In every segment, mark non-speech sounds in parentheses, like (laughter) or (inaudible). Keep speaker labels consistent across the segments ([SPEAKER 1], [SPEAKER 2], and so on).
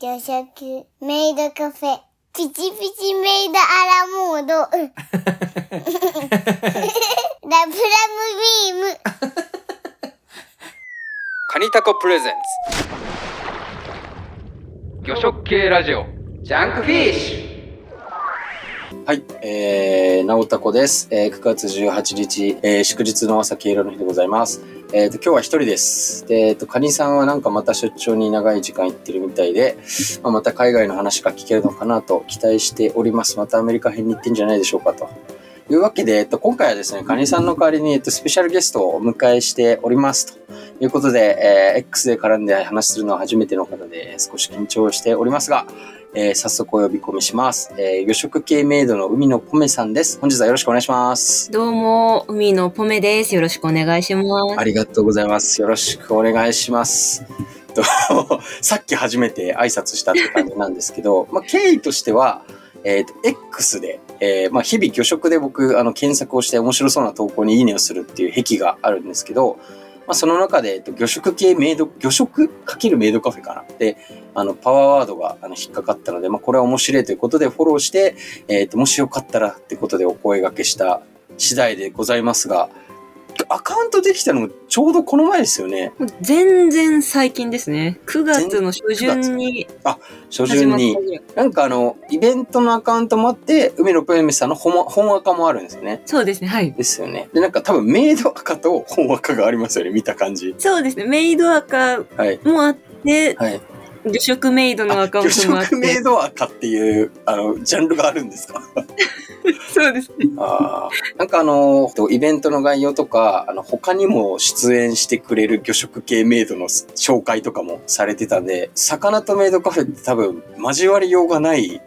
[SPEAKER 1] 朝食、メイドカフェ、ピチピチメイドアラモード、ラブラムビーム。
[SPEAKER 2] カニタコプレゼンツ魚食系ラジオジャンクフィッシュ
[SPEAKER 3] はい、えー、なおたこです。えー、9月18日、えー、祝日の朝黄色の日でございます。えー、と、今日は一人です。で、えー、と、カニさんはなんかまた出張に長い時間行ってるみたいで、まあ、また海外の話が聞けるのかなと期待しております。またアメリカ編に行ってんじゃないでしょうかと。いうわけで、えっと、今回はですね、カニさんの代わりに、えっと、スペシャルゲストをお迎えしております。ということで、えー、X で絡んで話するのは初めての方で、えー少し緊張しておりますが、えー早速お呼び込みします。えー魚食系メイドの海野ポメさんです。本日はよろしくお願いします。
[SPEAKER 4] どうも、海のポメです。よろしくお願いします。
[SPEAKER 3] ありがとうございます。よろしくお願いします。 (laughs) とさっき初めて挨拶したって感じなんですけど、 (laughs) まあ、経緯としては、えーと X で、えーまあ、日々魚食で僕あの検索をして面白そうな投稿にいいねをするっていう癖があるんですけど、まあ、その中で、えっと、魚食系メイド魚食×メイドカフェかなであのパワーワードがあの引っかかったので、まあ、これは面白いということでフォローして、えーともしよかったらってことでお声掛けした次第でございますがアカウントできたのもちょうどこの前ですよね
[SPEAKER 4] もう全然最近ですね。9月の初旬に
[SPEAKER 3] 初
[SPEAKER 4] 始
[SPEAKER 3] 旬
[SPEAKER 4] まっ
[SPEAKER 3] に
[SPEAKER 4] たぐらい
[SPEAKER 3] なんかあのイベントのアカウントもあって海のプレミスさんの本本アカもあるんですよね
[SPEAKER 4] そうですね、はい。
[SPEAKER 3] ですよねでなんか多分メイドアカと本アカがありますよね見た感じ
[SPEAKER 4] そうですね、メイド赤
[SPEAKER 3] はい
[SPEAKER 4] もあって、
[SPEAKER 3] はい
[SPEAKER 4] 魚食メイドの
[SPEAKER 3] あ
[SPEAKER 4] アカウン
[SPEAKER 3] 魚
[SPEAKER 4] トもあっ
[SPEAKER 3] 食メイ
[SPEAKER 4] て。
[SPEAKER 3] ドアカっていうあのジャンルがあるんですか
[SPEAKER 4] そうですね。
[SPEAKER 3] あーなんかあのイベントの概要とかあの他にも出演してくれる魚食系メイドの紹介とかもされてたんで魚とメイドカフェって多分交わりようがない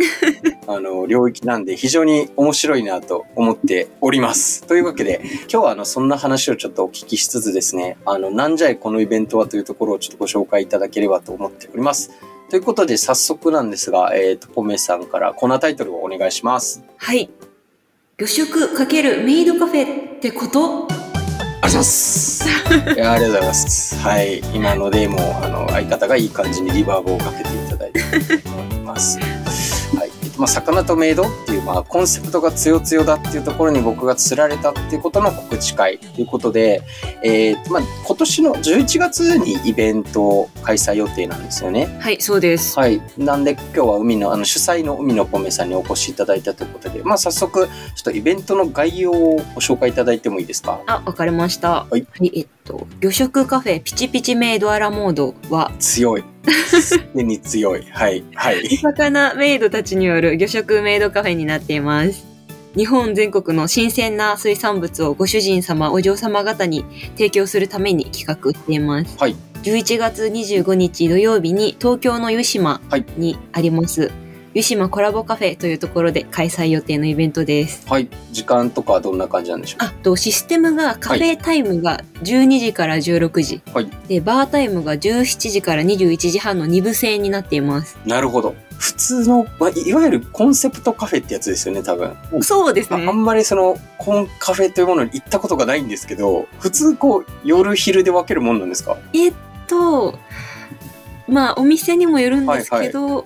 [SPEAKER 3] あの領域なんで非常に面白いなと思っております。というわけで今日はあのそんな話をちょっとお聞きしつつですねあのなんじゃいこのイベントはというところをちょっとご紹介いただければと思っております。ということで早速なんですが、えー、とポメさんからコーナータイトルをお願いします。
[SPEAKER 4] はい。魚食かけるメイドカフェってこ
[SPEAKER 3] あ
[SPEAKER 4] と
[SPEAKER 3] りがとうございます。いやありがとうございます。はい、今のでもあの相方がいい感じにリバーブをかけていただいてい (laughs) ます。はい、えっとまあ魚とメイドっていうまあコンセプトが強強だっていうところに僕が釣られたっていうことの告知会ということで、えー、まあ今年の11月にイベントを開催予定なんですよね。
[SPEAKER 4] はい、そうです。
[SPEAKER 3] はい。なんで今日は海の、あの主催の海のポメさんにお越しいただいたということで、まあ早速、ちょっとイベントの概要をご紹介いただいてもいいですか
[SPEAKER 4] あ、わかりました。
[SPEAKER 3] はい。
[SPEAKER 4] えっと、魚食カフェピチピチメイドアラモードは、
[SPEAKER 3] 強い。すでに強い。はい。はい。
[SPEAKER 4] 魚メイドたちによる魚食メイドカフェになっています。日本全国の新鮮な水産物をご主人様、お嬢様方に提供するために企画しています。
[SPEAKER 3] はい
[SPEAKER 4] 11月25日土曜日に東京の湯島
[SPEAKER 3] はい
[SPEAKER 4] にあります、湯島コラボカフェというところで開催予定のイベントです。
[SPEAKER 3] はい。時間とかはどんな感じなんでしょう
[SPEAKER 4] あとシステムがカフェタイムが12時から16時、
[SPEAKER 3] はい
[SPEAKER 4] でバータイムが17時から21時半の2部制になっています。
[SPEAKER 3] なるほど。普通の、まあ、いいわゆるコンセプトカフェってやつですよね、多分。
[SPEAKER 4] そうです
[SPEAKER 3] ああ
[SPEAKER 4] ね。
[SPEAKER 3] んまりその、コンカフェというものに行ったことがないんですけど、普通こう、夜昼で分けるもんなんですか
[SPEAKER 4] えっとまあお店にもよるんですけど、ほ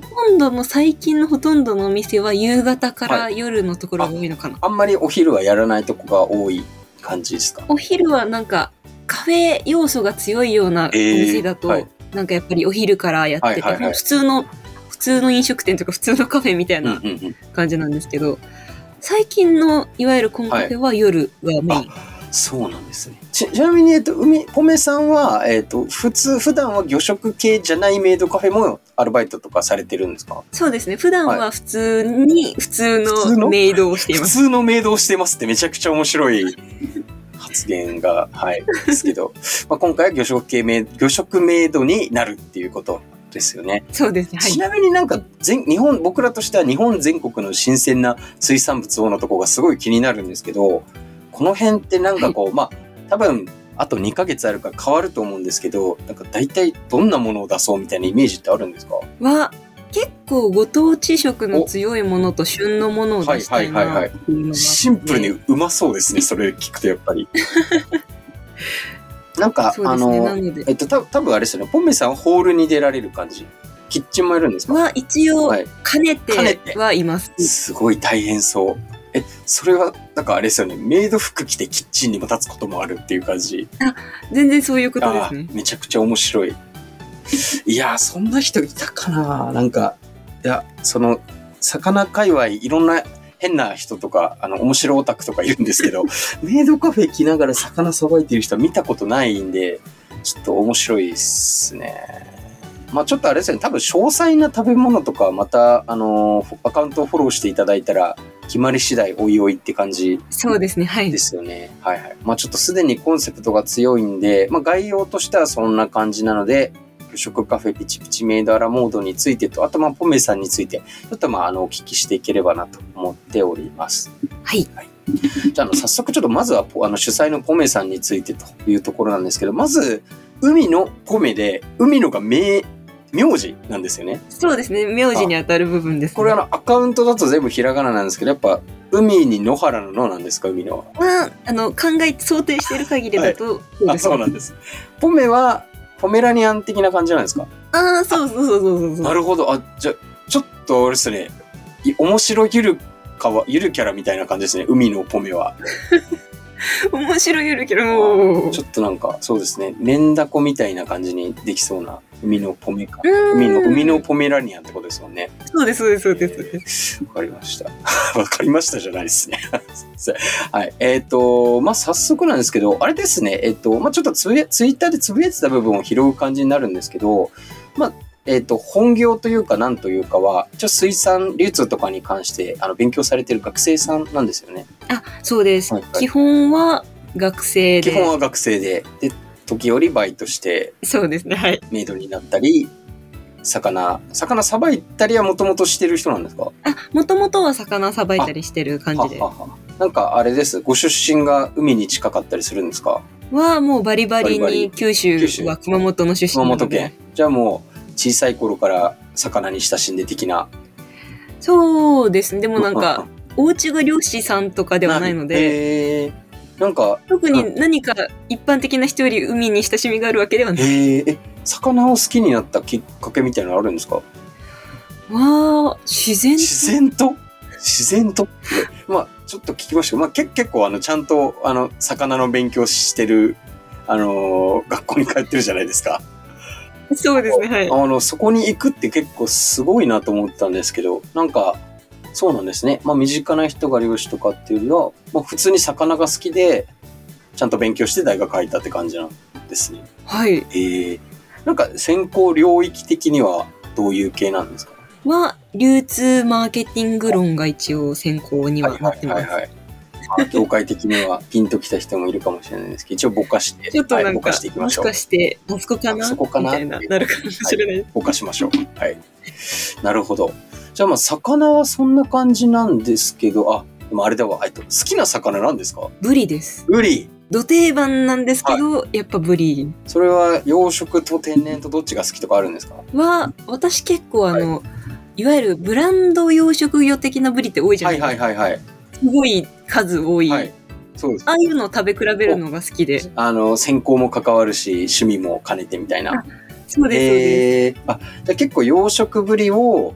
[SPEAKER 4] とんどの最近のほとんどのお店は夕方から
[SPEAKER 3] は
[SPEAKER 4] 夜のところが多いのかな、
[SPEAKER 3] あんまりお昼はやらないとこが多い感じですか
[SPEAKER 4] お昼はなんかカフェ要素が強いようなお店だと、
[SPEAKER 3] えーはい
[SPEAKER 4] なんかやっぱりお昼からやってて、
[SPEAKER 3] はいはいはい
[SPEAKER 4] 普通の普通の飲食店とか普通のカフェみたい
[SPEAKER 3] うんう
[SPEAKER 4] なん
[SPEAKER 3] うん。
[SPEAKER 4] 感じなんですけど、最近のいわゆるコンカフェは夜がメイン、
[SPEAKER 3] そうなんですね。ちちなみに、えっと、海、ポメさんは、えっと、普通、普段は魚食系じゃないメイドカフェもアルバイトとかされてるんですか
[SPEAKER 4] そうですね普段は普通に普通
[SPEAKER 3] 普通の
[SPEAKER 4] のメイドをしてい
[SPEAKER 3] 普
[SPEAKER 4] ます
[SPEAKER 3] 通のメイドをしてますってめちゃくちゃ面白い発言が、はい、ですけど、 (laughs) まあ、今回は魚食系メイ魚食メイドになるっていうことですよね。
[SPEAKER 4] そうですねはい
[SPEAKER 3] ちなみになんか全日本僕らとしては日本全国の新鮮な水産物をのとこがすごい気になるんですけどこの辺ってなんかこう、まあ多分あと2ヶ月あるから変わると思うんですけどなんか大体どんなものを出そうみたいなイメージってあるんですか
[SPEAKER 4] は結構ご当地色の強いものと旬のものを出したい
[SPEAKER 3] はいはいはい
[SPEAKER 4] な
[SPEAKER 3] はい
[SPEAKER 4] っていうのが
[SPEAKER 3] シンプルにうまそうですねそれ聞くとやっぱ (laughs) り。なんか、
[SPEAKER 4] そう
[SPEAKER 3] あ
[SPEAKER 4] ですねな
[SPEAKER 3] の
[SPEAKER 4] ので
[SPEAKER 3] えっと、た多分あれですよね。ポンメさんはホールに出られる感じキッチンもやるんですか
[SPEAKER 4] は一応
[SPEAKER 3] はい、
[SPEAKER 4] 兼ね
[SPEAKER 3] 兼ねて
[SPEAKER 4] てはいます。
[SPEAKER 3] すごい大変そう。え、それは、なんかあれですよね。メイド服着てキッチンにも立つこともあるっていう感じ。
[SPEAKER 4] 全然そういうことで
[SPEAKER 3] あ
[SPEAKER 4] すね
[SPEAKER 3] ー。めちゃくちゃ面白い。いやー、そんな人いたかななんか、いや、その、魚界隈、いろんな変な人とか、あの、面白オタクとかいるんです
[SPEAKER 4] (laughs)
[SPEAKER 3] けど、メイドカフェ来ながら魚さばいてる人は見たことないんで、ちょっと面白いっすね。まあちょっとあれですよね、多分詳細な食べ物とか、また、あのーアカウントをフォローしていただいたら、決まり次第おいおいって感じ
[SPEAKER 4] そうですね。はい
[SPEAKER 3] で。すよね。はいはい。まあちょっとすでにコンセプトが強いんで、まあ概要としてはそんな感じなので、魚食カフェピチピチメイドアラモードについてと、あとまあポメさんについて、ちょっとまああのお聞きしていければなと思っております。
[SPEAKER 4] はい。
[SPEAKER 3] じゃああの早速ちょっとまずはポあの主催のポメさんについてというところなんですけど、まず、海のポメで、海のが名、名字なんですよね。
[SPEAKER 4] そうですね。名字に当たる部分です、ね。
[SPEAKER 3] これあのアカウントだと全部ひらがななんですけど、やっぱ海に野原の野なんですか、海のは。
[SPEAKER 4] まあ、あの、考え、想定している限りだと、そう
[SPEAKER 3] あ、
[SPEAKER 4] です
[SPEAKER 3] そうなんです。ポメは、ポメラニアン的な感じなんですか
[SPEAKER 4] ああ、そうそうそうそうそうそう。
[SPEAKER 3] なるほど。あ、じゃ、ちょっと、あれですね。い面白ゆるかは、ゆるキャラみたいな感じですね。海のポメは。
[SPEAKER 4] 面白いよりけど、
[SPEAKER 3] ち
[SPEAKER 4] も
[SPEAKER 3] ょ
[SPEAKER 4] う
[SPEAKER 3] っとなんか、そうですね。メンダコみたいな感じにできそうな、海のポメか。
[SPEAKER 4] ーん
[SPEAKER 3] 海の、海のポメラニアンってことですもんね。
[SPEAKER 4] そうです、そうです、そうですそうです。
[SPEAKER 3] わかりました。 (laughs) わかりましたじゃないですね。 (laughs) すいませんはい。えっ、と、まあ、早速なんですけど、あれですね、えっ、と、まあ、ちょっとつぶやツイッターでつぶやいてた部分を拾う感じになるんですけど、まあ、えっ、と、本業というかなんというかは、一応水産流通とかに関して、あの、勉強されてる学生さんなんですよね。
[SPEAKER 4] あ、そうです。
[SPEAKER 3] はいはい
[SPEAKER 4] 基本は学生
[SPEAKER 3] 基
[SPEAKER 4] で。
[SPEAKER 3] 本は学生で、で、時折バイトして、
[SPEAKER 4] そうですね、はい。
[SPEAKER 3] メイドになったり、魚、魚さばいたりはもともとしてる人なんですか
[SPEAKER 4] あ、もともとは魚さばいたりしてる感じで。
[SPEAKER 3] はははなんかあれです。ご出身が海に近かったりするんですか
[SPEAKER 4] は、もうバリバリ
[SPEAKER 3] バリ
[SPEAKER 4] に九
[SPEAKER 3] 九州
[SPEAKER 4] 州は熊本の出身
[SPEAKER 3] 熊
[SPEAKER 4] なの
[SPEAKER 3] 本
[SPEAKER 4] で
[SPEAKER 3] 県。 (laughs) じゃあもう小さい頃から魚に親しんで的な。
[SPEAKER 4] そうですね。でもな
[SPEAKER 3] う (laughs)
[SPEAKER 4] んか、
[SPEAKER 3] う
[SPEAKER 4] お家が漁師さんとかではないので、
[SPEAKER 3] で。へーなんか、
[SPEAKER 4] 特に何か一般的な人より海に親しみがあるわけではない。
[SPEAKER 3] へーえ、魚を好きになったきっかけみたいなのあるんですか
[SPEAKER 4] わあ、自然と
[SPEAKER 3] 自然と自然と (laughs) えまあちょっと聞きましたけど、まあ、け結構あのちゃんとあの魚の勉強してる、あのー学校に通ってるじゃないですか。
[SPEAKER 4] そうですね、はい。
[SPEAKER 3] あの、そこに行くって結構すごいなと思ったんですけど、なんか、そうなんですね。まあ、身近な人が漁師とかっていうよりは、まあ、普通に魚が好きで、ちゃんと勉強して大学入ったって感じなんですね。
[SPEAKER 4] はい。
[SPEAKER 3] ええなんか、専攻領域的にはどういう系なんですか
[SPEAKER 4] は、流通マーケティング論が一応選考にはなってます。
[SPEAKER 3] い。まあ業界的にはピンときた人もいるかもしれないですけど、一応ぼかして、
[SPEAKER 4] (laughs) ちょっと
[SPEAKER 3] は
[SPEAKER 4] ないん
[SPEAKER 3] ぼ
[SPEAKER 4] か、
[SPEAKER 3] かしていきま
[SPEAKER 4] も
[SPEAKER 3] し
[SPEAKER 4] し
[SPEAKER 3] ょう
[SPEAKER 4] か。して、あそこかな
[SPEAKER 3] あそこかな
[SPEAKER 4] みたいな、なるかもしれない。
[SPEAKER 3] ぼかしましょう。はい。なるほど。じゃあまあ魚はそんな感じなんですけど、あ、でもあれだわ。えっと、好きな魚なんですか
[SPEAKER 4] ブリです。
[SPEAKER 3] ウリ。
[SPEAKER 4] 土定番なんですけど、やっぱブリ
[SPEAKER 3] それは養殖と天然とどっちが好きとかあるんですか
[SPEAKER 4] は、私結構あの、い、わゆるブランド養殖魚的なブリって多いじゃ
[SPEAKER 3] は
[SPEAKER 4] ない
[SPEAKER 3] い
[SPEAKER 4] ですか。
[SPEAKER 3] はいはいはい。
[SPEAKER 4] すごい数多い。
[SPEAKER 3] はい。そうです
[SPEAKER 4] あ。あいうのを食べ比べるのが好きで。
[SPEAKER 3] あの、専攻も関わるし、趣味も兼ねてみたいな。
[SPEAKER 4] そうです、そうです。
[SPEAKER 3] えー、あ、じゃあ結構養殖ぶりを、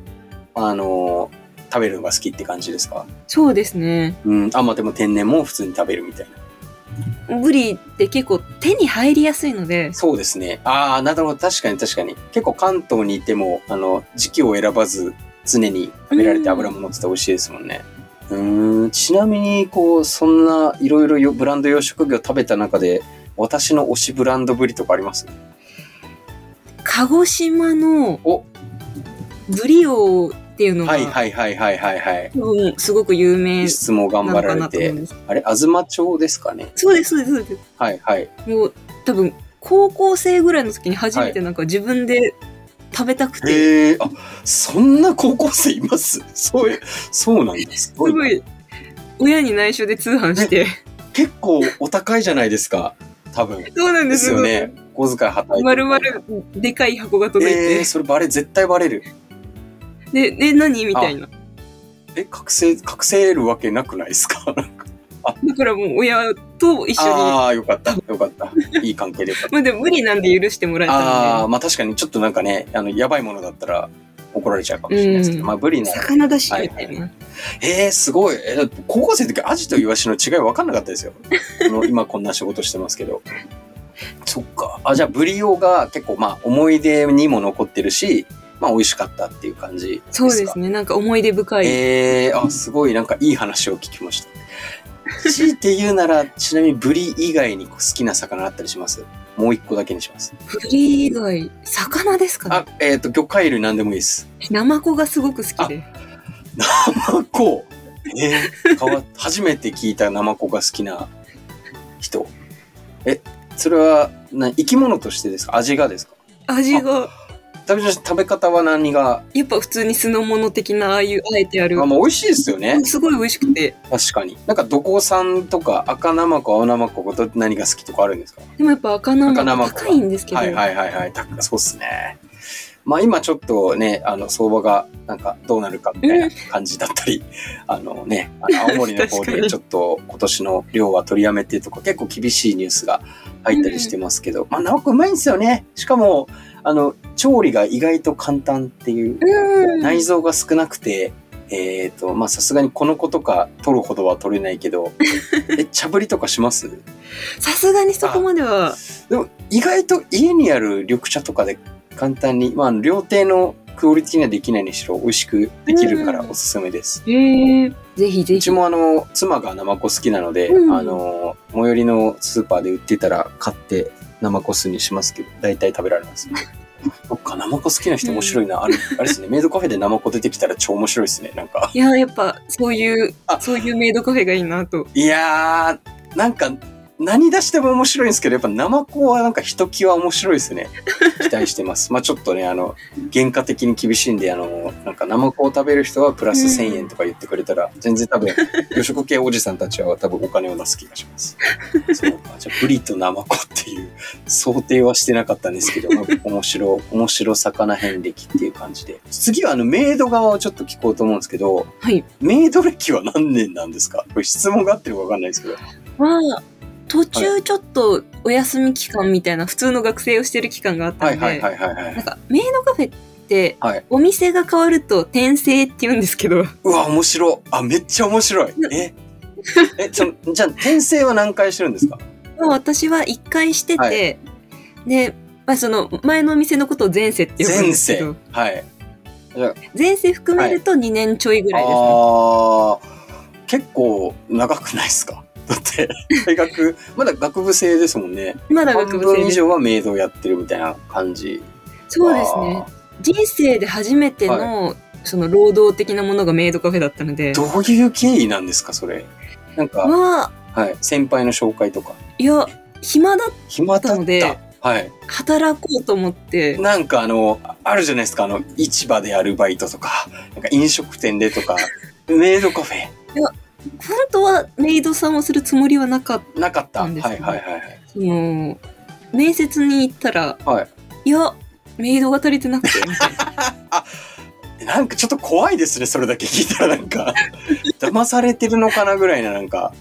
[SPEAKER 3] あの、食べるのが好きって感じですか
[SPEAKER 4] そうですね。
[SPEAKER 3] うん。あ、まあでも天然も普通に食べるみたいな。
[SPEAKER 4] ブリって結構手に入りやすいので、
[SPEAKER 3] そうですね。ああ、なるほど。確かに確かに。結構関東にいても、あの、時期を選ばず、常に食べられて
[SPEAKER 4] うん
[SPEAKER 3] 油も乗ってて美味しいですもんね。うーん、ちなみに、こう、そんないろいろブランド養殖魚食べた中で、私の推しブランドぶりとかあります
[SPEAKER 4] 鹿児島の
[SPEAKER 3] お
[SPEAKER 4] ブリオっていうのが、
[SPEAKER 3] はいはいはいはいはいはい。
[SPEAKER 4] 多分すごく有名
[SPEAKER 3] 輸出も頑
[SPEAKER 4] な
[SPEAKER 3] 張
[SPEAKER 4] の
[SPEAKER 3] ら
[SPEAKER 4] か
[SPEAKER 3] れ
[SPEAKER 4] なと思う
[SPEAKER 3] て
[SPEAKER 4] ん。です。
[SPEAKER 3] あれ、東町ですかね。
[SPEAKER 4] そうです、そうです、そうで
[SPEAKER 3] はいはい。
[SPEAKER 4] す。もう多分高校生ぐらいの時に初めてなんか自分で食べたくて、
[SPEAKER 3] へえ、あ、そんな高校生いますそういう、そうなんです。すご
[SPEAKER 4] す
[SPEAKER 3] い
[SPEAKER 4] ごい親に内緒で通販
[SPEAKER 3] (laughs)
[SPEAKER 4] して、
[SPEAKER 3] 結構お高いじゃないですか。多分。
[SPEAKER 4] そうなんで
[SPEAKER 3] ですすよね。。 (laughs) 小遣いはたいて。
[SPEAKER 4] まるまるでかい箱が届い
[SPEAKER 3] え
[SPEAKER 4] て
[SPEAKER 3] ー、、それバレ、絶対バレる。
[SPEAKER 4] で、え、何みたいな。
[SPEAKER 3] え、隠せ、隠せるわけなくないですか (laughs) なんかあ、
[SPEAKER 4] だからもう親と一緒に。
[SPEAKER 3] ああ、よかった。よかった。いい関係でよかった。
[SPEAKER 4] まあでも無理なんで許しても (laughs) らえ
[SPEAKER 3] あ
[SPEAKER 4] た
[SPEAKER 3] あ、まあ確かにちょっとなんかね、あの、やばいものだったら怒られちゃうかもしれないですけど、
[SPEAKER 4] うん
[SPEAKER 3] まあブリ
[SPEAKER 4] んで。
[SPEAKER 3] なら。
[SPEAKER 4] 魚だしみたいな。
[SPEAKER 3] えー、すごい。えー高校生の時アジとイワシの違い分かんなかったですよ。あ
[SPEAKER 4] (laughs)
[SPEAKER 3] の今こんな仕事してますけど。そっか。あ、じゃあブリオが結構まあ思い出にも残ってるし、まあ美味しかったっていう感じですか。
[SPEAKER 4] そうですね。なんか思い出深い。
[SPEAKER 3] えー、あすごいなんかいい話を聞きました。強いて言うならちなみにブリ以外に好きな魚あったりしますもう一個だけにします。
[SPEAKER 4] ブリ以外、魚ですかね
[SPEAKER 3] あ。、えっ、と魚介類何でもいいです。
[SPEAKER 4] ナマコがすごく好きで。
[SPEAKER 3] ナマコえー、変わっ初めて聞いたナマコが好きな人。え、それはな生き物としてですか味がですか
[SPEAKER 4] 味が、
[SPEAKER 3] 食べ食べ方は何が、
[SPEAKER 4] やっぱ普通に酢の物的な、ああいう、あえてあ
[SPEAKER 3] あ、
[SPEAKER 4] る。
[SPEAKER 3] まあ美味しいですよね。
[SPEAKER 4] すごい美味しくて。
[SPEAKER 3] 確かに。なんかどこさんとか赤ナマコ、青ナマコ、ど何が好きとかあるんですか
[SPEAKER 4] でもやっぱ赤ナ
[SPEAKER 3] 赤ナマ
[SPEAKER 4] マ
[SPEAKER 3] コ
[SPEAKER 4] コ
[SPEAKER 3] は
[SPEAKER 4] 高いんですけど、
[SPEAKER 3] はいはいはいはい。たそうっすね。まあ今ちょっとね、あの相場がなんかどうなるかみたいな感じだったり、あのね、あの青森の方
[SPEAKER 4] (laughs) 確か
[SPEAKER 3] で
[SPEAKER 4] に
[SPEAKER 3] ちょっと今年の量は取りやめてとか結構厳しいニュースが入ったりしてますけど、まあナマコうまいんですよね。しかも、あの、調理が意外と簡単っていう、
[SPEAKER 4] うん
[SPEAKER 3] 内臓が少なくて、えっ、と、まあさすがにこの子とか取るほどは取れないけ
[SPEAKER 4] (laughs)
[SPEAKER 3] ど、え、茶ぶりとかします
[SPEAKER 4] さすがにそこまでは
[SPEAKER 3] でも意外と家にある緑茶とかで簡単に、まあ、料亭のクオリティにはできないにしろ美味しくできるから
[SPEAKER 4] うん
[SPEAKER 3] おすすめです。
[SPEAKER 4] へえぜひ
[SPEAKER 3] う
[SPEAKER 4] ぜひ
[SPEAKER 3] ちもあの妻がナマコ好きなので、
[SPEAKER 4] うん
[SPEAKER 3] あの最寄りのスーパーで売ってたら買ってナマコ酢にしますけど大体食べられます。そっかナマコ好きな人面白いな、あれあれですねメイドカフェでナマコ出てきたら超面白いですねなんか
[SPEAKER 4] いややっぱそういう
[SPEAKER 3] あ
[SPEAKER 4] そういうメイドカフェがいいなと
[SPEAKER 3] いやーなんか何出しても面白いんですけどやっぱナマコはなんかひときわ面白いです
[SPEAKER 4] (laughs)
[SPEAKER 3] ね期待してますまあちょっとねあの原価的に厳しいんであのなんかナマコを食べる人はプラス
[SPEAKER 4] うん
[SPEAKER 3] 1000円とか言ってくれたら、全然多
[SPEAKER 4] (laughs)
[SPEAKER 3] 分魚食系おじさんたちは多分お金を出す気がしますそうかじゃあブリとナマコっていう想定はしてなかったんですけど、まあ面白面白魚遍歴っていう感じで次はあのメイド側をちょっと聞こうと思うんですけど
[SPEAKER 4] はい
[SPEAKER 3] メイド歴は何年なんですかこれ質問が合ってるか分かんないですけど。
[SPEAKER 4] まあ途中ちょっとお休み期間みたいな普通の学生をしてる期間があった
[SPEAKER 3] は
[SPEAKER 4] ん
[SPEAKER 3] い
[SPEAKER 4] で、
[SPEAKER 3] はいはいはいは
[SPEAKER 4] ないん。かメイドカフェって
[SPEAKER 3] はい
[SPEAKER 4] お店が変わると転生って言うんです
[SPEAKER 3] (laughs)
[SPEAKER 4] けど
[SPEAKER 3] うわ、面白い。あ、めっちゃ面白い。ええ、その、じゃあ、転生は何回してるんですか
[SPEAKER 4] まあ私は一回してて、
[SPEAKER 3] は
[SPEAKER 4] で、まあ、その前のお店のことを前世って呼ぶん
[SPEAKER 3] 前
[SPEAKER 4] ですけ
[SPEAKER 3] 世
[SPEAKER 4] ど。
[SPEAKER 3] はい。
[SPEAKER 4] 前世含めると2年ちょいぐ
[SPEAKER 3] あ
[SPEAKER 4] らいですね、
[SPEAKER 3] あー結構長くないですか (laughs) だって、大学、まだ学部生ですもんね。
[SPEAKER 4] まだ
[SPEAKER 3] 半
[SPEAKER 4] 学部生
[SPEAKER 3] 分以
[SPEAKER 4] です
[SPEAKER 3] 上はメイドをやってるみたいな感じ。
[SPEAKER 4] そうですね人生で初めての、その労働的なものがメイドカフェだったので
[SPEAKER 3] あー。どういう経緯なんですか、それ。なんか、
[SPEAKER 4] まあ
[SPEAKER 3] はい。先輩の紹介とか。
[SPEAKER 4] いや暇だ
[SPEAKER 3] 暇だ
[SPEAKER 4] な
[SPEAKER 3] っ
[SPEAKER 4] ので
[SPEAKER 3] た。はい。
[SPEAKER 4] 働こうと思って
[SPEAKER 3] なんかあの、あるじゃないですか、あの、市場でアルバイトとか、なんか飲食店で
[SPEAKER 4] (laughs)
[SPEAKER 3] とか、メイドカフェ、
[SPEAKER 4] 本当はメイドさんをするつもりはなかった
[SPEAKER 3] なかった。
[SPEAKER 4] な
[SPEAKER 3] は
[SPEAKER 4] ん
[SPEAKER 3] い
[SPEAKER 4] です
[SPEAKER 3] は
[SPEAKER 4] ね
[SPEAKER 3] いはいはい。
[SPEAKER 4] その面接に行ったら
[SPEAKER 3] はい
[SPEAKER 4] やメイドが足りてなくてみたいな
[SPEAKER 3] い。なんかちょっと怖いですね、それだけ聞いたらなん
[SPEAKER 4] (laughs)
[SPEAKER 3] か。騙されてるのかなぐらいな、なんか。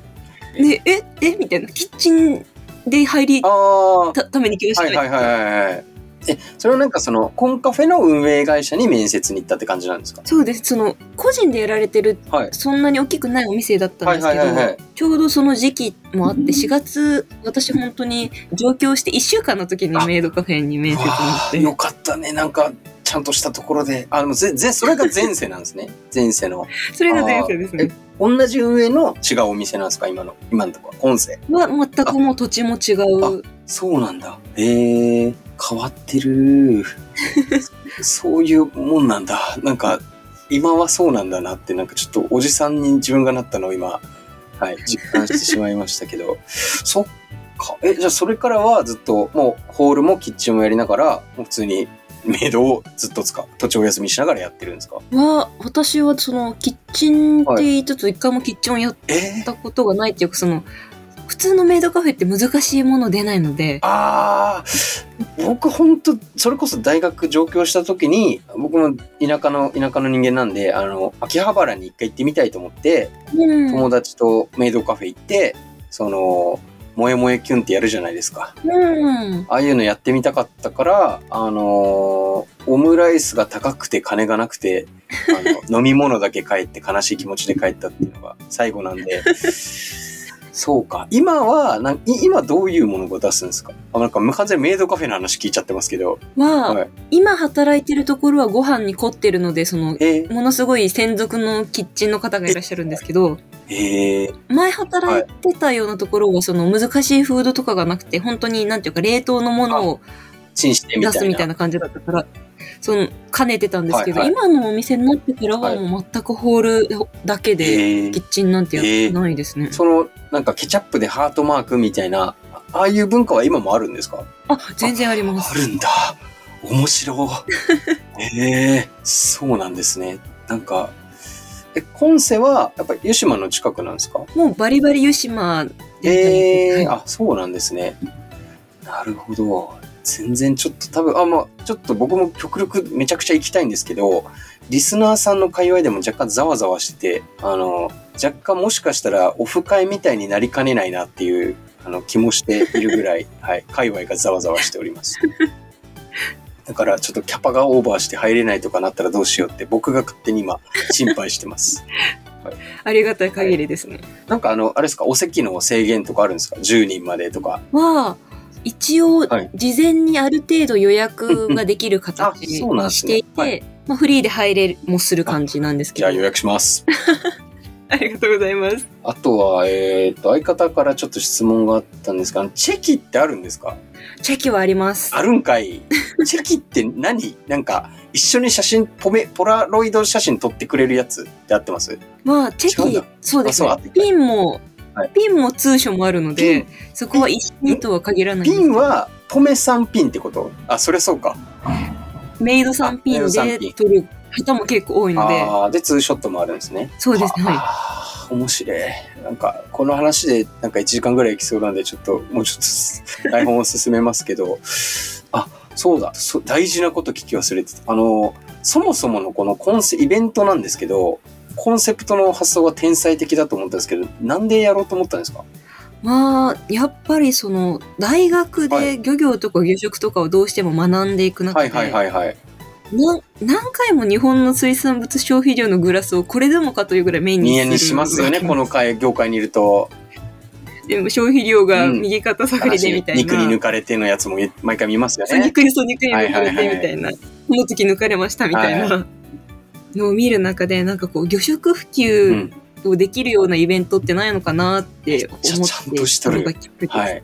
[SPEAKER 3] (laughs)
[SPEAKER 4] でええみたいなキッチンで入り
[SPEAKER 3] ああ、は
[SPEAKER 4] たために来ました
[SPEAKER 3] い
[SPEAKER 4] ね
[SPEAKER 3] はいはいはいはい。え、それはなんかその、コンカフェの運営会社に面接に行ったって感じなんですか
[SPEAKER 4] そうですその個人でやられてる
[SPEAKER 3] はい。
[SPEAKER 4] そんなに大きくないお店だったん
[SPEAKER 3] は
[SPEAKER 4] で
[SPEAKER 3] い
[SPEAKER 4] す
[SPEAKER 3] は
[SPEAKER 4] け
[SPEAKER 3] い
[SPEAKER 4] ど、
[SPEAKER 3] はいはい。
[SPEAKER 4] ちょうどその時期もあって、4月、私本当に上京して1週間の時にメイドカフェに面接に行
[SPEAKER 3] わあ
[SPEAKER 4] って、
[SPEAKER 3] よかったね、なんか。ちゃんとしたところで、あの、ぜ、ぜ、それが前世なんですね。前世の。
[SPEAKER 4] それが前世ですね。
[SPEAKER 3] 同じ運営の違うお店なんですか今の今のところ今世
[SPEAKER 4] は全くもう土地も違う。
[SPEAKER 3] そうなんだへえ変わってる (laughs) そういうもんなんだなんか今はそうなんだなってなんかちょっとおじさんに自分がなったのを今はい実感してしまいましたけど (laughs) そっかえじゃあそれからはずっともうホールもキッチンもやりながらもう普通にメイドをずっと使う土地をお休みしながらやってるんですか
[SPEAKER 4] は、私はそのキッチンって言いつつ一回もキッチンをやっ
[SPEAKER 3] えー
[SPEAKER 4] たことがないっていうか、その、普通のメイドカフェって難しいもの出ないので、
[SPEAKER 3] ああ、僕本当それこそ大学上京した時に、僕も田舎の、田舎の人間なんで、あの、秋葉原に一回行ってみたいと思って、
[SPEAKER 4] うん
[SPEAKER 3] 友達とメイドカフェ行って、その、萌え萌えキュンってやるじゃないですか。
[SPEAKER 4] うん
[SPEAKER 3] ああいうのやってみたかったから、あのーオムライスが高くて金がなくて、あ
[SPEAKER 4] (laughs)
[SPEAKER 3] の飲み物だけ帰って悲しい気持ちで帰ったっていうのが最後なんで、そうか。今はなん、い今どういうものを出すんですかあなんか完全にメイドカフェの話聞いちゃってますけど。
[SPEAKER 4] は、
[SPEAKER 3] はい
[SPEAKER 4] 今働いてるところはご飯に凝ってるので、その、
[SPEAKER 3] えー
[SPEAKER 4] ものすごい専属のキッチンの方がいらっしゃるんですけど、
[SPEAKER 3] えー
[SPEAKER 4] 前働いてたようなところはその難しいフードとかがなくて、本当になんていうか冷凍のものを
[SPEAKER 3] チンしてみた
[SPEAKER 4] 出す
[SPEAKER 3] い
[SPEAKER 4] みた
[SPEAKER 3] な。
[SPEAKER 4] いな感じだったから、その、兼ねてたんですけど、
[SPEAKER 3] はい
[SPEAKER 4] 今のお店になってからは
[SPEAKER 3] はい
[SPEAKER 4] もう全くホールだけで、
[SPEAKER 3] えー
[SPEAKER 4] キッチンなんてやってないですね。
[SPEAKER 3] その、なんかケチャップでハートマークみたいな、あああいう文化は今もあるんですか
[SPEAKER 4] あ、全然あります。
[SPEAKER 3] あるんだ。面白 (laughs) い。ええそうなんですね。なんか、え、今世は、やっぱり湯島の近くなんですか
[SPEAKER 4] もうバリバリ湯島でしたね
[SPEAKER 3] ええ
[SPEAKER 4] はい
[SPEAKER 3] あ、そうなんですね。なるほど。全然ちょっと多分、あ、まあ、ちょっと僕も極力めちゃくちゃ行きたいんですけど、リスナーさんの界隈でも若干ざわざわしてて、あの、若干もしかしたらオフ会みたいになりかねないなっていう、あの、気もしているぐら
[SPEAKER 4] (laughs)
[SPEAKER 3] い、はい、界隈がざわざわしております。だからちょっとキャパがオーバーして入れないとかなったらどうしようって僕が勝手に今心配して
[SPEAKER 4] (laughs)
[SPEAKER 3] ます。
[SPEAKER 4] ありがたい限りですね。
[SPEAKER 3] なんかあの、あれですか、お席の制限とかあるんですか ?10 人までとか。
[SPEAKER 4] は、一応
[SPEAKER 3] はい、
[SPEAKER 4] 事前にある程度予約ができる
[SPEAKER 3] う
[SPEAKER 4] 形
[SPEAKER 3] んうんあそうなん
[SPEAKER 4] に
[SPEAKER 3] です
[SPEAKER 4] し
[SPEAKER 3] ね
[SPEAKER 4] ていて、
[SPEAKER 3] はい
[SPEAKER 4] まあ、フリーで入れもする感じなんですけ
[SPEAKER 3] じゃ
[SPEAKER 4] ど。
[SPEAKER 3] あ予約します。
[SPEAKER 4] ありがとうございます。
[SPEAKER 3] (laughs) あとは、えっ、と、相方からちょっと質問があったんですが、チェキってあるんですか
[SPEAKER 4] チェキはあります。
[SPEAKER 3] あるんか (laughs) い。チェキって何なんか、一緒に写真、ポメ、ポラロイド写真撮ってくれるやつって合ってます
[SPEAKER 4] まあ、チェ
[SPEAKER 3] 違うん
[SPEAKER 4] キ
[SPEAKER 3] だ、
[SPEAKER 4] そうです
[SPEAKER 3] あ
[SPEAKER 4] ね
[SPEAKER 3] そうあ。
[SPEAKER 4] ピンも
[SPEAKER 3] はい、
[SPEAKER 4] ピンも通所もあるの
[SPEAKER 3] ピ
[SPEAKER 4] で
[SPEAKER 3] ン、
[SPEAKER 4] そこは一緒にとは限らないんで
[SPEAKER 3] ピ
[SPEAKER 4] すけ
[SPEAKER 3] ン
[SPEAKER 4] ど。
[SPEAKER 3] は、ポメさんピンってことあ、それそうか。
[SPEAKER 4] メイドさんピ
[SPEAKER 3] あメイ
[SPEAKER 4] ン
[SPEAKER 3] ドさん
[SPEAKER 4] で
[SPEAKER 3] ピン
[SPEAKER 4] 撮る方も結構多いので、
[SPEAKER 3] ああ、で、ツーショットもあるんですね。
[SPEAKER 4] そうですね。はい。
[SPEAKER 3] あー面白い。なんか、この話で、なんか1時間ぐらいいきそうなんで、ちょっと、もうちょ
[SPEAKER 4] (laughs)
[SPEAKER 3] っと、台本を進めますけど、あ、そうだ、そ大事なこと聞き忘れてた。あの、そもそものこのコンセ、イベントなんですけど、コンセプトの発想が天才的だと思ったんですけど、なんでやろうと思ったんですか
[SPEAKER 4] まあ、やっぱりその、大学
[SPEAKER 3] は
[SPEAKER 4] で漁業とか漁食とかをどうしても学んでいく中
[SPEAKER 3] は
[SPEAKER 4] で、
[SPEAKER 3] いはいはいはい。
[SPEAKER 4] な何回も日本の水産物消費量のグラスをこれでもかというぐらいメインに
[SPEAKER 3] 見えにしますよね、この会、業界にいると。
[SPEAKER 4] でも消費量が
[SPEAKER 3] うん
[SPEAKER 4] 右肩下がりでみたいな。
[SPEAKER 3] 肉に抜かれてのやつも毎回見ますよ
[SPEAKER 4] そう
[SPEAKER 3] ね。
[SPEAKER 4] 肉にそう肉に抜かれ
[SPEAKER 3] はいはいは
[SPEAKER 4] て
[SPEAKER 3] い
[SPEAKER 4] みたいな、この時抜かれましたみたい
[SPEAKER 3] はい
[SPEAKER 4] なのを見る中でなんかこう魚食普
[SPEAKER 3] う
[SPEAKER 4] 及
[SPEAKER 3] ん。
[SPEAKER 4] をできるようなイベントってないのかなって思っ
[SPEAKER 3] めっちゃちゃんとしと
[SPEAKER 4] て
[SPEAKER 3] る
[SPEAKER 4] のがきっかけです
[SPEAKER 3] はい。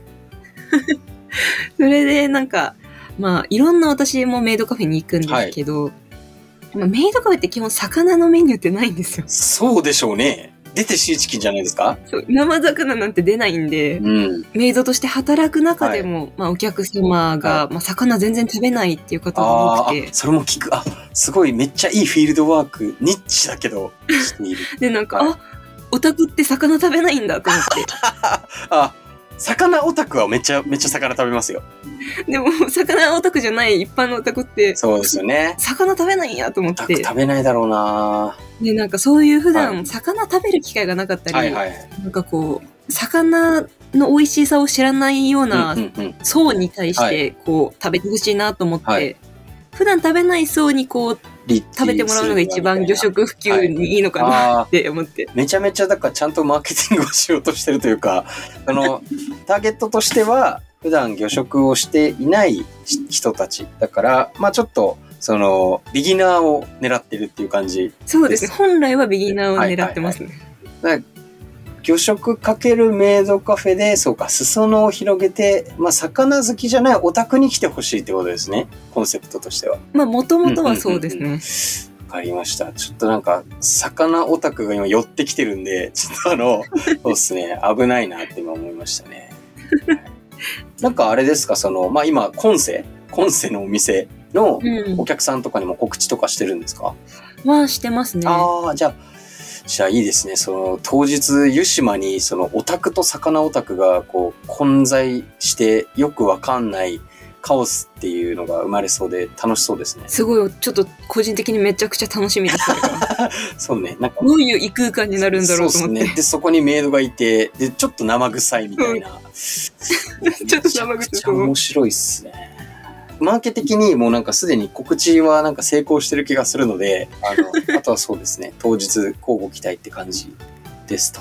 [SPEAKER 4] それでなんかまあいろんな私もメイドカフェに行くんですけど、まあ、メイドカフェって基本魚のメニューってないんですよ (laughs)
[SPEAKER 3] そうでしょうね。出てシーチキンじゃないですか
[SPEAKER 4] そう生魚なんて出ないんで、
[SPEAKER 3] うん。
[SPEAKER 4] メイドとして働く中でも、まあ、お客様が、まあ、魚全然食べないっていう方が多
[SPEAKER 3] あ
[SPEAKER 4] く
[SPEAKER 3] ーあ、
[SPEAKER 4] て
[SPEAKER 3] それも聞く。あ、すごい、めっちゃいいフィールドワーク、ニッチだけど、している。
[SPEAKER 4] でなんか、
[SPEAKER 3] はい
[SPEAKER 4] あオタクって魚食べないんだと思
[SPEAKER 3] あ、魚オタクはめっちゃ、めっちゃ魚食べますよ。
[SPEAKER 4] ってでも魚オタクじゃない一般のオタクって
[SPEAKER 3] そうですよね。
[SPEAKER 4] 魚食べないんやと思っ
[SPEAKER 3] オタク
[SPEAKER 4] て
[SPEAKER 3] 食べないだろうな
[SPEAKER 4] でなんかそういう普段、
[SPEAKER 3] は
[SPEAKER 4] 魚食べる機会がなかったり、
[SPEAKER 3] はいはい。
[SPEAKER 4] なんかこう魚の美味しさを知らないような
[SPEAKER 3] うんうんうん
[SPEAKER 4] 層に対し
[SPEAKER 3] は
[SPEAKER 4] てこう食べてほしいなと思って、
[SPEAKER 3] はい
[SPEAKER 4] 普段食べない層にこう
[SPEAKER 3] 立地
[SPEAKER 4] 食べてもらうのが一番魚
[SPEAKER 3] するみ
[SPEAKER 4] 食普及にいいの
[SPEAKER 3] た
[SPEAKER 4] か
[SPEAKER 3] いな
[SPEAKER 4] な
[SPEAKER 3] あー
[SPEAKER 4] って思って。
[SPEAKER 3] めちゃめちゃだからちゃんとマーケティングをしようとしてるという
[SPEAKER 4] (laughs)
[SPEAKER 3] か、あの、ターゲットとしては、普段魚食をしていない人たち。だから、まあちょっと、その、ビギナーを狙ってるっていう感じ。
[SPEAKER 4] そうですね。
[SPEAKER 3] で
[SPEAKER 4] 本来はビギナーを狙ってますね。
[SPEAKER 3] 魚食かけるメイドカフェで、そうか、裾野を広げて、まあ魚好きじゃないオタクに来てほしいってことですね。コンセプトとしては。
[SPEAKER 4] まあ、もともとはそうです
[SPEAKER 3] うんうん
[SPEAKER 4] ね。
[SPEAKER 3] わかりました。ちょっとなんか、魚オタクが今寄ってきてるんで、ちょっとあの、そうですね、危ないなって今思いましたね。なんかあれですか、その、まあ今、今世、今世のお店の
[SPEAKER 4] うん
[SPEAKER 3] お客さんとかにも告知とかしてるんですか、
[SPEAKER 4] まあ、してますね。
[SPEAKER 3] ああ、じゃあ、じゃあいいですね。その当日湯島にそのオタクと魚オタクがこう混在してよくわかんないカオスっていうのが生まれそうで楽しそうですね。
[SPEAKER 4] すごい、ちょっと個人的にめちゃくちゃ楽しみです。
[SPEAKER 3] そうね。なんか
[SPEAKER 4] どういう異空間になるんだろうと
[SPEAKER 3] そ
[SPEAKER 4] 思っ
[SPEAKER 3] うです
[SPEAKER 4] て。
[SPEAKER 3] ね。で、そこにメイドがいて、で、ちょっと生臭いみたいな。
[SPEAKER 4] (laughs) ちょっと生臭い
[SPEAKER 3] めちゃくちゃ面白いっすね。マーケ的にもうなんかすでに告知はなんか成功してる気がするので、あの、あとはそうですね、当日交互期待って感じですと。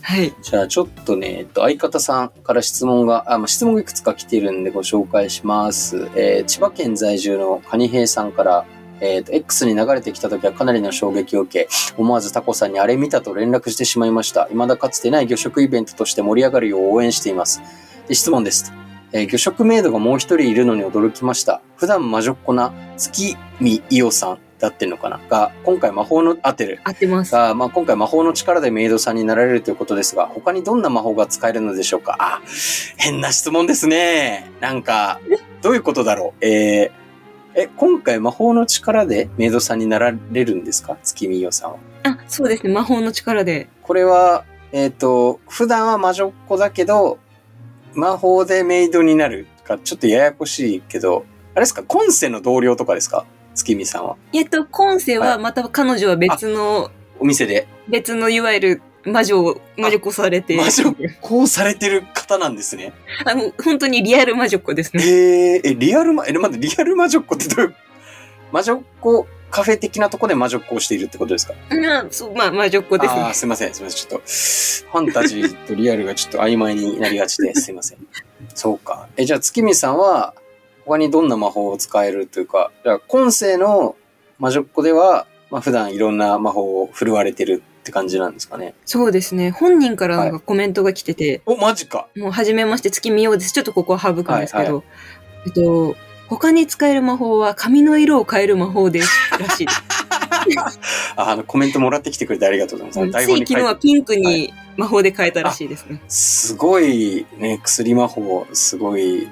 [SPEAKER 4] はい。
[SPEAKER 3] じゃあちょっとね、えっと、相方さんから質問が、あ、まあ、質問がいくつか来てるんでご紹介します。えー千葉県在住のカニヘイさんから、えっ、と、X に流れてきた時はかなりの衝撃を受け、思わずタコさんにあれ見たと連絡してしまいました。未だかつてない魚食イベントとして盛り上がるよう応援しています。で、質問です。えー魚食メイドがもう一人いるのに驚きました。普段魔女っ子な月見伊代さんだってんのかなが、今回魔法のアテル
[SPEAKER 4] 合ってます。
[SPEAKER 3] さあ、まあ、今回魔法の力でメイドさんになられるということですが、他にどんな魔法が使えるのでしょうかあ、変な質問ですね。なんか、どういうことだろうえーえ、今回魔法の力でメイドさんになられるんですか月見よさんは。
[SPEAKER 4] あ、そうですね。魔法の力で。
[SPEAKER 3] これは、えっ、と、普段は魔女っ子だけど、魔法でメイドになるか、ちょっとややこしいけど、あれですか今世の同僚とかですか月見さんは。
[SPEAKER 4] えっと、今世
[SPEAKER 3] は
[SPEAKER 4] は、また彼女は別の、
[SPEAKER 3] お店で
[SPEAKER 4] 別のいわゆる魔女を、魔女子されて。
[SPEAKER 3] 魔女っ子をされてる方なんですね。
[SPEAKER 4] あの、本当にリアル魔女子です (laughs) ね。
[SPEAKER 3] えー、え、リアルマ、え、まだリアル魔女っ子ってどういう、魔女っ子カフェ的なとこで魔女っ子をしているってことですか
[SPEAKER 4] うん、そう、まあ、魔女子です
[SPEAKER 3] あ
[SPEAKER 4] ね
[SPEAKER 3] あ、。すいません、すいません。ちょっと、ファンタジーとリアルがちょっと曖昧になりがちで、すいません。そうか。え、じゃあ月見さんは、他にどんな魔法を使えるというか、じゃあ今世の魔女っ子では、まあ普段いろんな魔法を振るわれてるって感じなんですかね。
[SPEAKER 4] そうですね。本人からなんかコメントが来てて、
[SPEAKER 3] お、マジか。
[SPEAKER 4] もう、初めまして、月見ようです。ちょっとここは省くんですけ
[SPEAKER 3] はい
[SPEAKER 4] ど、えっと、他に使える魔法は髪の色を変える魔法です。らしいです。
[SPEAKER 3] ああの、コメントもらってきてくれてありがとうございます。
[SPEAKER 4] つい昨日
[SPEAKER 3] 書いて
[SPEAKER 4] はピンクに魔法で変えたらしいですね。
[SPEAKER 3] すごいね、薬魔法、すごい、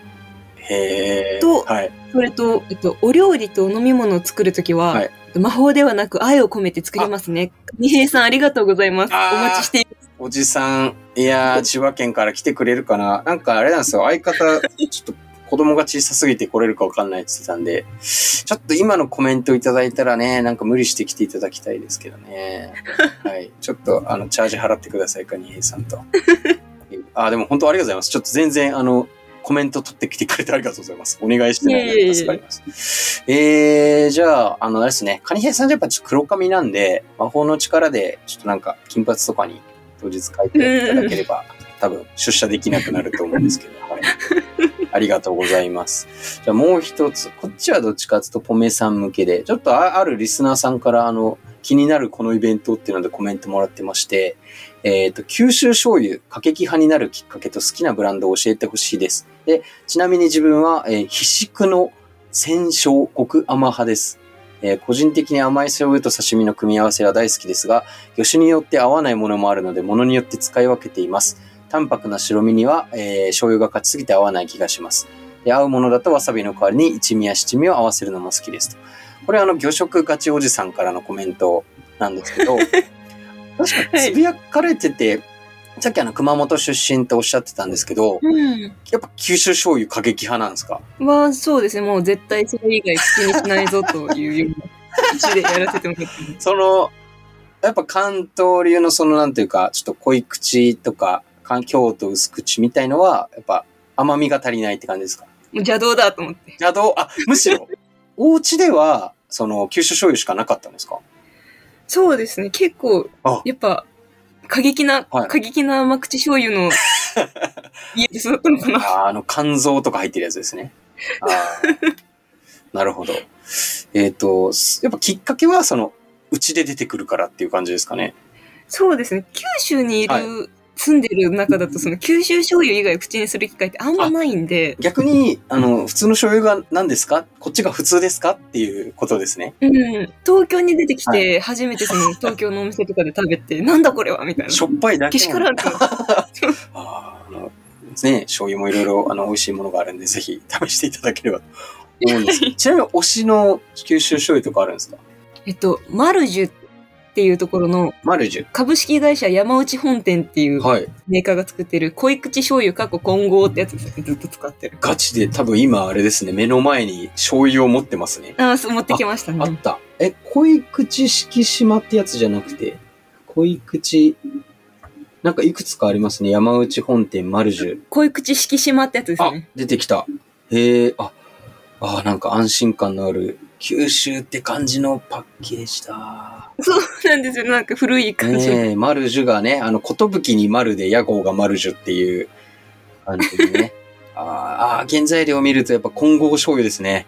[SPEAKER 3] へえ。
[SPEAKER 4] と
[SPEAKER 3] はい。
[SPEAKER 4] それと、えっと、お料理とお飲み物を作るときは、
[SPEAKER 3] はい
[SPEAKER 4] 魔法ではなく愛を込めて作りますね。二平さんありがとうございます。
[SPEAKER 3] あー
[SPEAKER 4] お待ちしています。
[SPEAKER 3] おじさん、いやー、千葉県から来てくれるかななんかあれなんですよ、相方、ちょっと子供が小さすぎて来れるかわかんないって言ってたんで、ちょっと今のコメントいただいたらね、なんか無理して来ていただきたいですけどね。はい。ちょっと、あの、チャージ払ってください、かにへいさんと。あー、でも本当ありがとうございます。ちょっと全然、あの、コメント取ってきてくれてありがとうございます。お願いしてないの
[SPEAKER 4] いえいえい
[SPEAKER 3] で
[SPEAKER 4] え
[SPEAKER 3] 助かります。えー、じゃあ、あの、あれですね。カニヘイさんじゃやっぱちょっと黒髪なんで、魔法の力で、ちょっとなんか、金髪とかに当日書いていただければ、多分、出社できなくなると思うんですけど、はい。ありがとうございます。じゃあもう一つ、こっちはどっちかというとポメさん向けで、ちょっとああるリスナーさんからあの、気になるこのイベントっていうのでコメントもらってまして、えっ、と、九州醤油、過激派になるきっかけと好きなブランドを教えてほしいです。で、ちなみに自分は、えー、ひしくの戦勝国甘派です。えー個人的に甘い醤油と刺身の組み合わせは大好きですが、魚種によって合わないものもあるので、ものによって使い分けています。淡白な白身には、えー醤油が勝ちすぎて合わない気がします。で合うものだとわさびの代わりに一味や七味を合わせるのも好きですと。これあの魚食ガチおじさんからのコメントなんですけど、確かつぶやかれてて、さっきあの熊本出身っておっしゃってたんですけど、
[SPEAKER 4] う
[SPEAKER 3] やっぱ九州醤油過激派なんですか
[SPEAKER 4] ん。は、そうですね。もう絶対それ以外口にしないぞというよう (laughs) な。一でやらせてもらってます。
[SPEAKER 3] その、やっぱ関東流のそのなんていうか、ちょっと濃い口とか、環境と薄口みたいのは、やっぱ甘みが足りないって感じですか
[SPEAKER 4] もう邪道だと思って。
[SPEAKER 3] 邪道、あ、むし
[SPEAKER 4] (laughs)
[SPEAKER 3] ろ、お家では、その、九州醤油しかなかったんですか
[SPEAKER 4] そうですね。結構
[SPEAKER 3] あ、
[SPEAKER 4] やっぱ、過激な、
[SPEAKER 3] はい
[SPEAKER 4] 過激な甘口醤油の家で育ったのかな。
[SPEAKER 3] あーあの、肝臓とか入ってるやつですね。あ
[SPEAKER 4] (laughs)
[SPEAKER 3] ーなるほど。えっ、と、すやっぱきっかけは、その、うちで出てくるからっていう感じですかね。
[SPEAKER 4] そうですね。九州にいる、
[SPEAKER 3] はい
[SPEAKER 4] 住んでる中だと、その九州醤油以外口にする機会ってあんまないんで、
[SPEAKER 3] 逆に、
[SPEAKER 4] (laughs)
[SPEAKER 3] あの、普通の醤油が何ですかこっちが普通ですかっていうことですね。
[SPEAKER 4] うん。東京に出てき
[SPEAKER 3] は
[SPEAKER 4] て、初めてその東京のお店とかで食べて、なんだこれはみたいな。
[SPEAKER 3] しょっぱいだけ
[SPEAKER 4] けし
[SPEAKER 3] なの
[SPEAKER 4] からんと思って。
[SPEAKER 3] あーあのね、醤油もいろいろあの美味しいものがあるんで、ぜひ試していただければと (laughs) 思うんですけど。ちなみに推しの九州醤油とかあるんですか
[SPEAKER 4] えっと、マルジュっっていうところの
[SPEAKER 3] マルジュ。
[SPEAKER 4] 株式会社山内本店っていう
[SPEAKER 3] はい。
[SPEAKER 4] メーカーが作ってる濃い口醤油過去混合ってやつですねずっと使ってる。
[SPEAKER 3] ガチで多分今あれですね、目の前に醤油を持ってますね。
[SPEAKER 4] ああ、そう持ってきました
[SPEAKER 3] あっ
[SPEAKER 4] ね。
[SPEAKER 3] た。え、濃い口敷島ってやつじゃなくて、濃い口、なんかいくつかありますね。山内本店マルジュ。
[SPEAKER 4] 濃い口敷島ってやつです
[SPEAKER 3] あ
[SPEAKER 4] ね。、
[SPEAKER 3] 出てきた。へえ、あ、あー、なんか安心感のある、九州って感じのパッケージだ。
[SPEAKER 4] そう (laughs) なんですよ。なんか古い感じ。
[SPEAKER 3] ねえ、マルジュがね、あの、ことぶきに丸で、屋号がマルジュっていう感じで
[SPEAKER 4] (laughs)
[SPEAKER 3] ね。あーあー、原材料を見るとやっぱ混合醤油です
[SPEAKER 4] (laughs)
[SPEAKER 3] ね。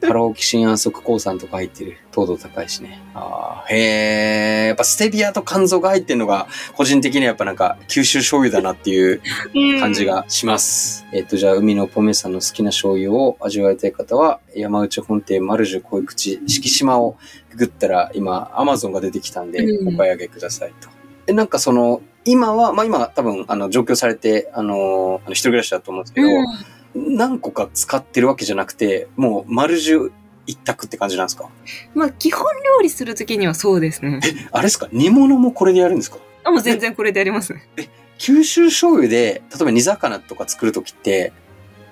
[SPEAKER 3] タローキシン安息鉱酸とか入ってる。糖度高いしね。ああ、へえ、やっぱステビアと肝臓が入ってるのが、個人的にはやっぱなんか、九州醤油だなっていう
[SPEAKER 4] うん
[SPEAKER 3] 感じ。がします。えっと、じゃあ、海のポメさんの好きな醤油を味わいたい方は、山内本店マルジュ濃い口敷島をググったら、今、アマゾンが出てきたんで、
[SPEAKER 4] う
[SPEAKER 3] お
[SPEAKER 4] ん
[SPEAKER 3] 買い上げくださいと。え、なんかその、今は、まあ今、多分、あの、上京されて、あのーあの一人暮らしだと思うんですけど、
[SPEAKER 4] うん
[SPEAKER 3] 何個か使ってるわけじゃなくて、もう、マルジュ一択って感じなんですか
[SPEAKER 4] まあ、基本料理するときにはそうですね。
[SPEAKER 3] あれですか煮物もこれでやるんですか
[SPEAKER 4] あ、もう全然これでやりますね。
[SPEAKER 3] 九州醤油で、例えば煮魚とか作るときって、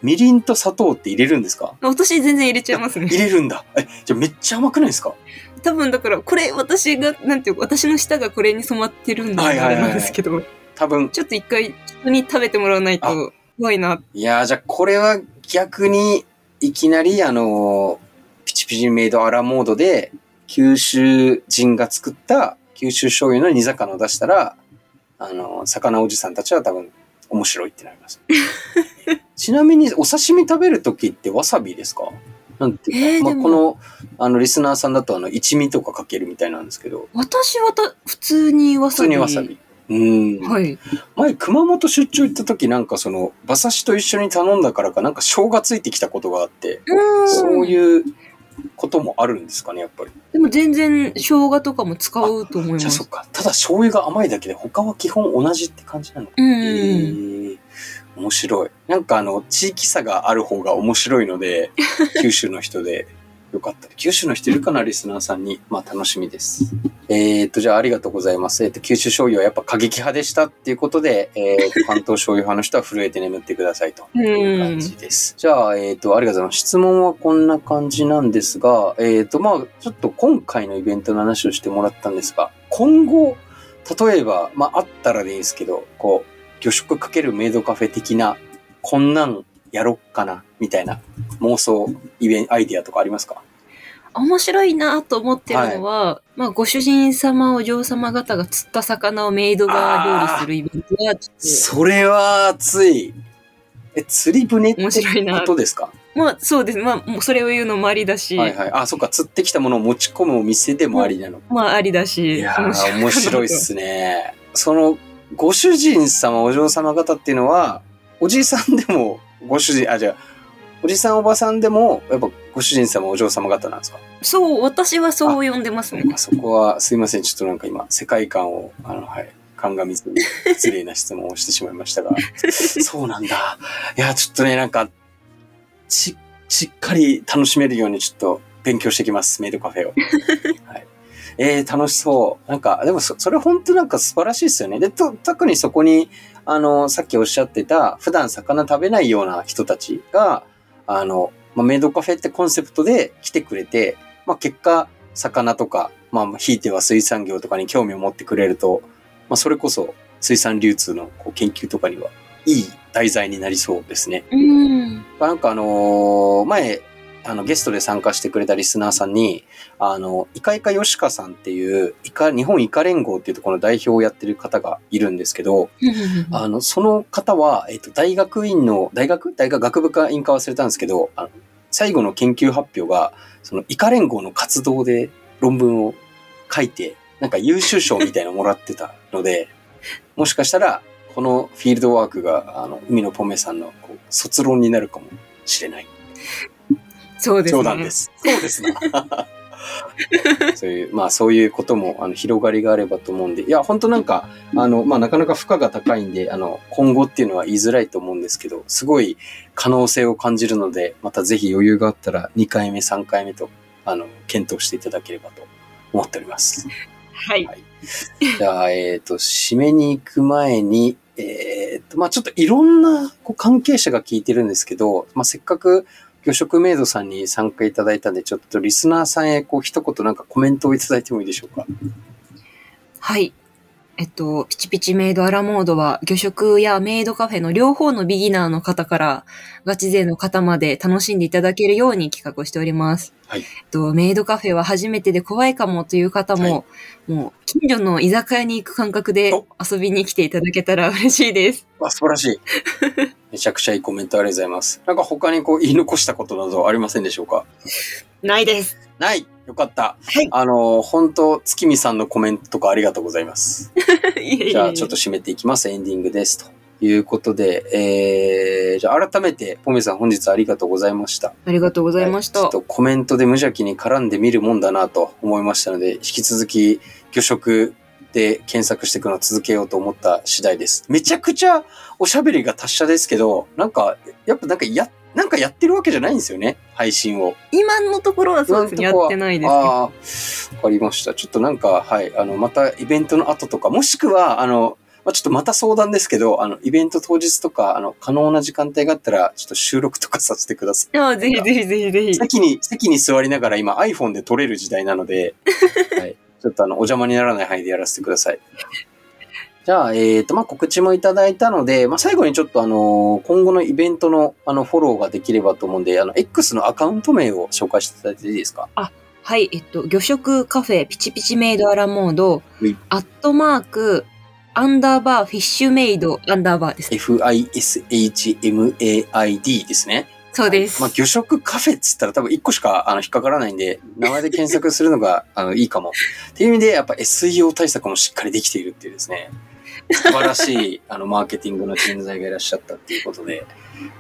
[SPEAKER 3] みりんと砂糖って入れるんですか
[SPEAKER 4] 私全然入れちゃいます
[SPEAKER 3] 入
[SPEAKER 4] ね。
[SPEAKER 3] れるんだ。え、じゃあめっちゃ甘くないですか
[SPEAKER 4] (laughs) 多分だから、これ私が、なんていうか、私の舌がこれに染まってるんだ
[SPEAKER 3] はいはいはいはい
[SPEAKER 4] なんですけど、
[SPEAKER 3] 多分。
[SPEAKER 4] ちょっと一回人に食べてもらわないと怖いな。
[SPEAKER 3] いやー、じゃあこれは逆に、いきなりあのーピチピチメイドアラモードで、九州人が作った九州醤油の煮魚を出したら、あのー魚おじさんたちは多分面白いってなります。ちなみにお刺身食べるときってわさびですかなんていうか、ま
[SPEAKER 4] えー
[SPEAKER 3] あ、
[SPEAKER 4] でも
[SPEAKER 3] この、あの、リスナーさんだとあの、一味とかかけるみたいなんですけど、
[SPEAKER 4] 私はた普通にわ
[SPEAKER 3] 普
[SPEAKER 4] さ
[SPEAKER 3] 通
[SPEAKER 4] び。
[SPEAKER 3] にわさび。うん。
[SPEAKER 4] はい。
[SPEAKER 3] 前熊本出張行った時なんかその馬刺しと一緒に頼んだからかなんか生姜ついてきたことがあってそう
[SPEAKER 4] うーん。
[SPEAKER 3] いうこともあるんですかねやっぱり
[SPEAKER 4] でも全然生姜とかも使うと思いま
[SPEAKER 3] じゃあそ
[SPEAKER 4] す
[SPEAKER 3] っ。かただ醤油が甘いだけで他は基本同じって感じなのか
[SPEAKER 4] う
[SPEAKER 3] へ
[SPEAKER 4] ん。
[SPEAKER 3] ー面白いなんかあの地域差がある方が面白いので九州の人でよかったら九州の人いるかなリスナーさんにまあ楽しみですえー、っとじゃあありがとうございます、えーっと九州醤油はやっぱ過激派でしたっていうことで、えーっと関東醤油派の人は震えて眠ってくださいと
[SPEAKER 4] うん
[SPEAKER 3] いう感じですじゃあえーっとありがとうございます質問はこんな感じなんですがえーっとまあちょっと今回のイベントの話をしてもらったんですが今後例えば、まあ、あったらでいいんですけど、こう、魚食かけるメイドカフェ的な、こんなんやろっかな、みたいな妄想、イベンアイディアとかありますか
[SPEAKER 4] 面白いなと思ってるのは、まあ、ご主人様、お嬢様方が釣った魚をメイドが料理するイベントは、ちょっ
[SPEAKER 3] それは熱い。え、釣り船って
[SPEAKER 4] 面白いな
[SPEAKER 3] ことですか
[SPEAKER 4] と、まあ、そうです。まあ、もうそれを言うのもありだし、
[SPEAKER 3] はいはい。あ、そっか、釣ってきたものを持ち込むお店でもありなの。
[SPEAKER 4] まあ、ありだし、
[SPEAKER 3] いやー、 (laughs) 面白いっ
[SPEAKER 4] す。
[SPEAKER 3] すね。その、ご主人様、お嬢様方っていうのは、おじいさんでも、ご主人、あ、じゃおじさん、おばさんでも、やっぱご主人様、お嬢様方なんですか
[SPEAKER 4] そう、私はそう呼んでますね。
[SPEAKER 3] あそこはすいませんちょっとなんか今世界観をあのはい鑑みずに失礼な質問をしてしまいましたがそうなんだいやちょっとねなんかししっかり楽しめるようにちょっと勉強してきますメイドカフェを、はい、えー、楽しそうなんかでもそそれ本当なんか素晴らしいですよねでと特にそこにあのさっきおっしゃってた普段魚食べないような人たちがあの、まあ、メイドカフェってコンセプトで来てくれてまあ、結果、魚とか、まあ、ひいては水産業とかに興味を持ってくれると、まあ、それこそ水産流通のこう研究とかにはいい題材になりそうですね。
[SPEAKER 4] うん。
[SPEAKER 3] なんかあのー前、あの、ゲストで参加してくれたリスナーさんに、あの、イカイカヨシカさんっていう、イカ、日本イカ連合っていうところの代表をやってる方がいるんですけど、あの、その方は、えっと、大学院の、大学大学学部か院か忘れたんですけど、あの最後の研究発表が、その、イカ連合の活動で論文を書いて、なんか優秀賞みたいなのもらってたので、 (laughs) もしかしたら、このフィールドワークが、あの、海のポメさんのこう卒論になるかもしれない。
[SPEAKER 4] そうですね。
[SPEAKER 3] 冗談で。す。そうですね。そういう、まあそういうことも、あの、広がりがあればと思うんで、いや、本当なんか、あの、まあなかなか負荷が高いんで、あの、今後っていうのは言いづらいと思うんですけど、すごい可能性を感じるので、またぜひ余裕があったら2回目、3回目と、あの、検討していただければと思っております。
[SPEAKER 4] はい。
[SPEAKER 3] じゃあ、えっ、と、締めに行く前に、えっ、と、まあちょっといろんなこう関係者が聞いてるんですけど、まあせっかく魚食メイドさんに参加いただいたんで、ちょっとリスナーさんへこう一言なんかコメントをいただいてもいいでしょうか。
[SPEAKER 4] はい。えっと、ピチピチメイドアラモードは、魚食やメイドカフェの両方のビギナーの方から、ガチ勢の方まで楽しんでいただけるように企画をしております。
[SPEAKER 3] はい
[SPEAKER 4] えっと、メイドカフェは初めてで怖いかもという方も、もう、近所の居酒屋に行く感覚で
[SPEAKER 3] お
[SPEAKER 4] 遊びに来ていただけたら (laughs) 嬉しいです。
[SPEAKER 3] わ、素晴らしい。 (laughs) めちゃくちゃいいコメントありがとうございます。なんか他にこう言い残したことなどありませんでしょうか
[SPEAKER 4] ないです。
[SPEAKER 3] ないよかった。
[SPEAKER 4] はい
[SPEAKER 3] あの、本当月見さんのコメントとかありがとうございます。
[SPEAKER 4] (laughs) いえいえい
[SPEAKER 3] (laughs)
[SPEAKER 4] え
[SPEAKER 3] じゃあちょっと。締めていきます。エンディングです。ということで、えー、じゃあ改めて、ポメさん本日ありがとうございました。あ
[SPEAKER 4] ありがとうございました。
[SPEAKER 3] ちょっとコメントで無邪気に絡んでみるもんだなと思いましたので、引き続き、魚食で検索していくのを続けようと思った次第です。めちゃくちゃおしゃべりが達者ですけど、なんか、やっぱなんかや、なんかやってるわけじゃないんですよね。配信を。
[SPEAKER 4] 今のところはそうですね。や
[SPEAKER 3] 今のとこ
[SPEAKER 4] っ
[SPEAKER 3] は
[SPEAKER 4] てないですけど。
[SPEAKER 3] ああー、わかりました。ちょっとなんか、はい、あの、またイベントの後とか、もしくは、あの、まあ、ちょっとまた相談ですけど、あの、イベント当日とか、あの、可能な時間帯があったら、ちょっと収録とかさせてください。
[SPEAKER 4] ああ、ぜひぜひぜひぜひ。
[SPEAKER 3] 席に、席に座りながら今 iPhone で撮れる時代なの
[SPEAKER 4] (laughs)
[SPEAKER 3] で、はい、ちょっとあの、お邪魔にならない範囲でやらせてください。じゃあ、えっ、と、まあ、告知もいただいたので、まあ、最後にちょっとあの、今後のイベントの、あの、フォローができればと思うんで、あの、X のアカウント名を紹介していただいていいですか
[SPEAKER 4] はい、えっと、魚食カフェピチピチメイドアラモード
[SPEAKER 3] はい、
[SPEAKER 4] アットマーク、アンダーバーフィッシュメイドアンダーバーです。
[SPEAKER 3] FISHMAID ですね。
[SPEAKER 4] そうです。
[SPEAKER 3] まあ、魚食カフェっつったら多分1個しかあの引っかからないんで、名前で検索するのがあのいいかも。っていう意味で、やっぱ SEO 対策もしっかりできているっていうですね、素晴らしいあのマーケティングの人材がいらっしゃったっていうことで、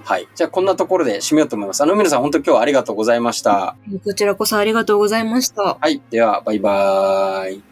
[SPEAKER 3] はい。じゃあ、こんなところで締めようと思います。あの、皆さん本当今日はありがとうございました。
[SPEAKER 4] こちらこそありがとうございました。
[SPEAKER 3] はい。では、バイバーイ。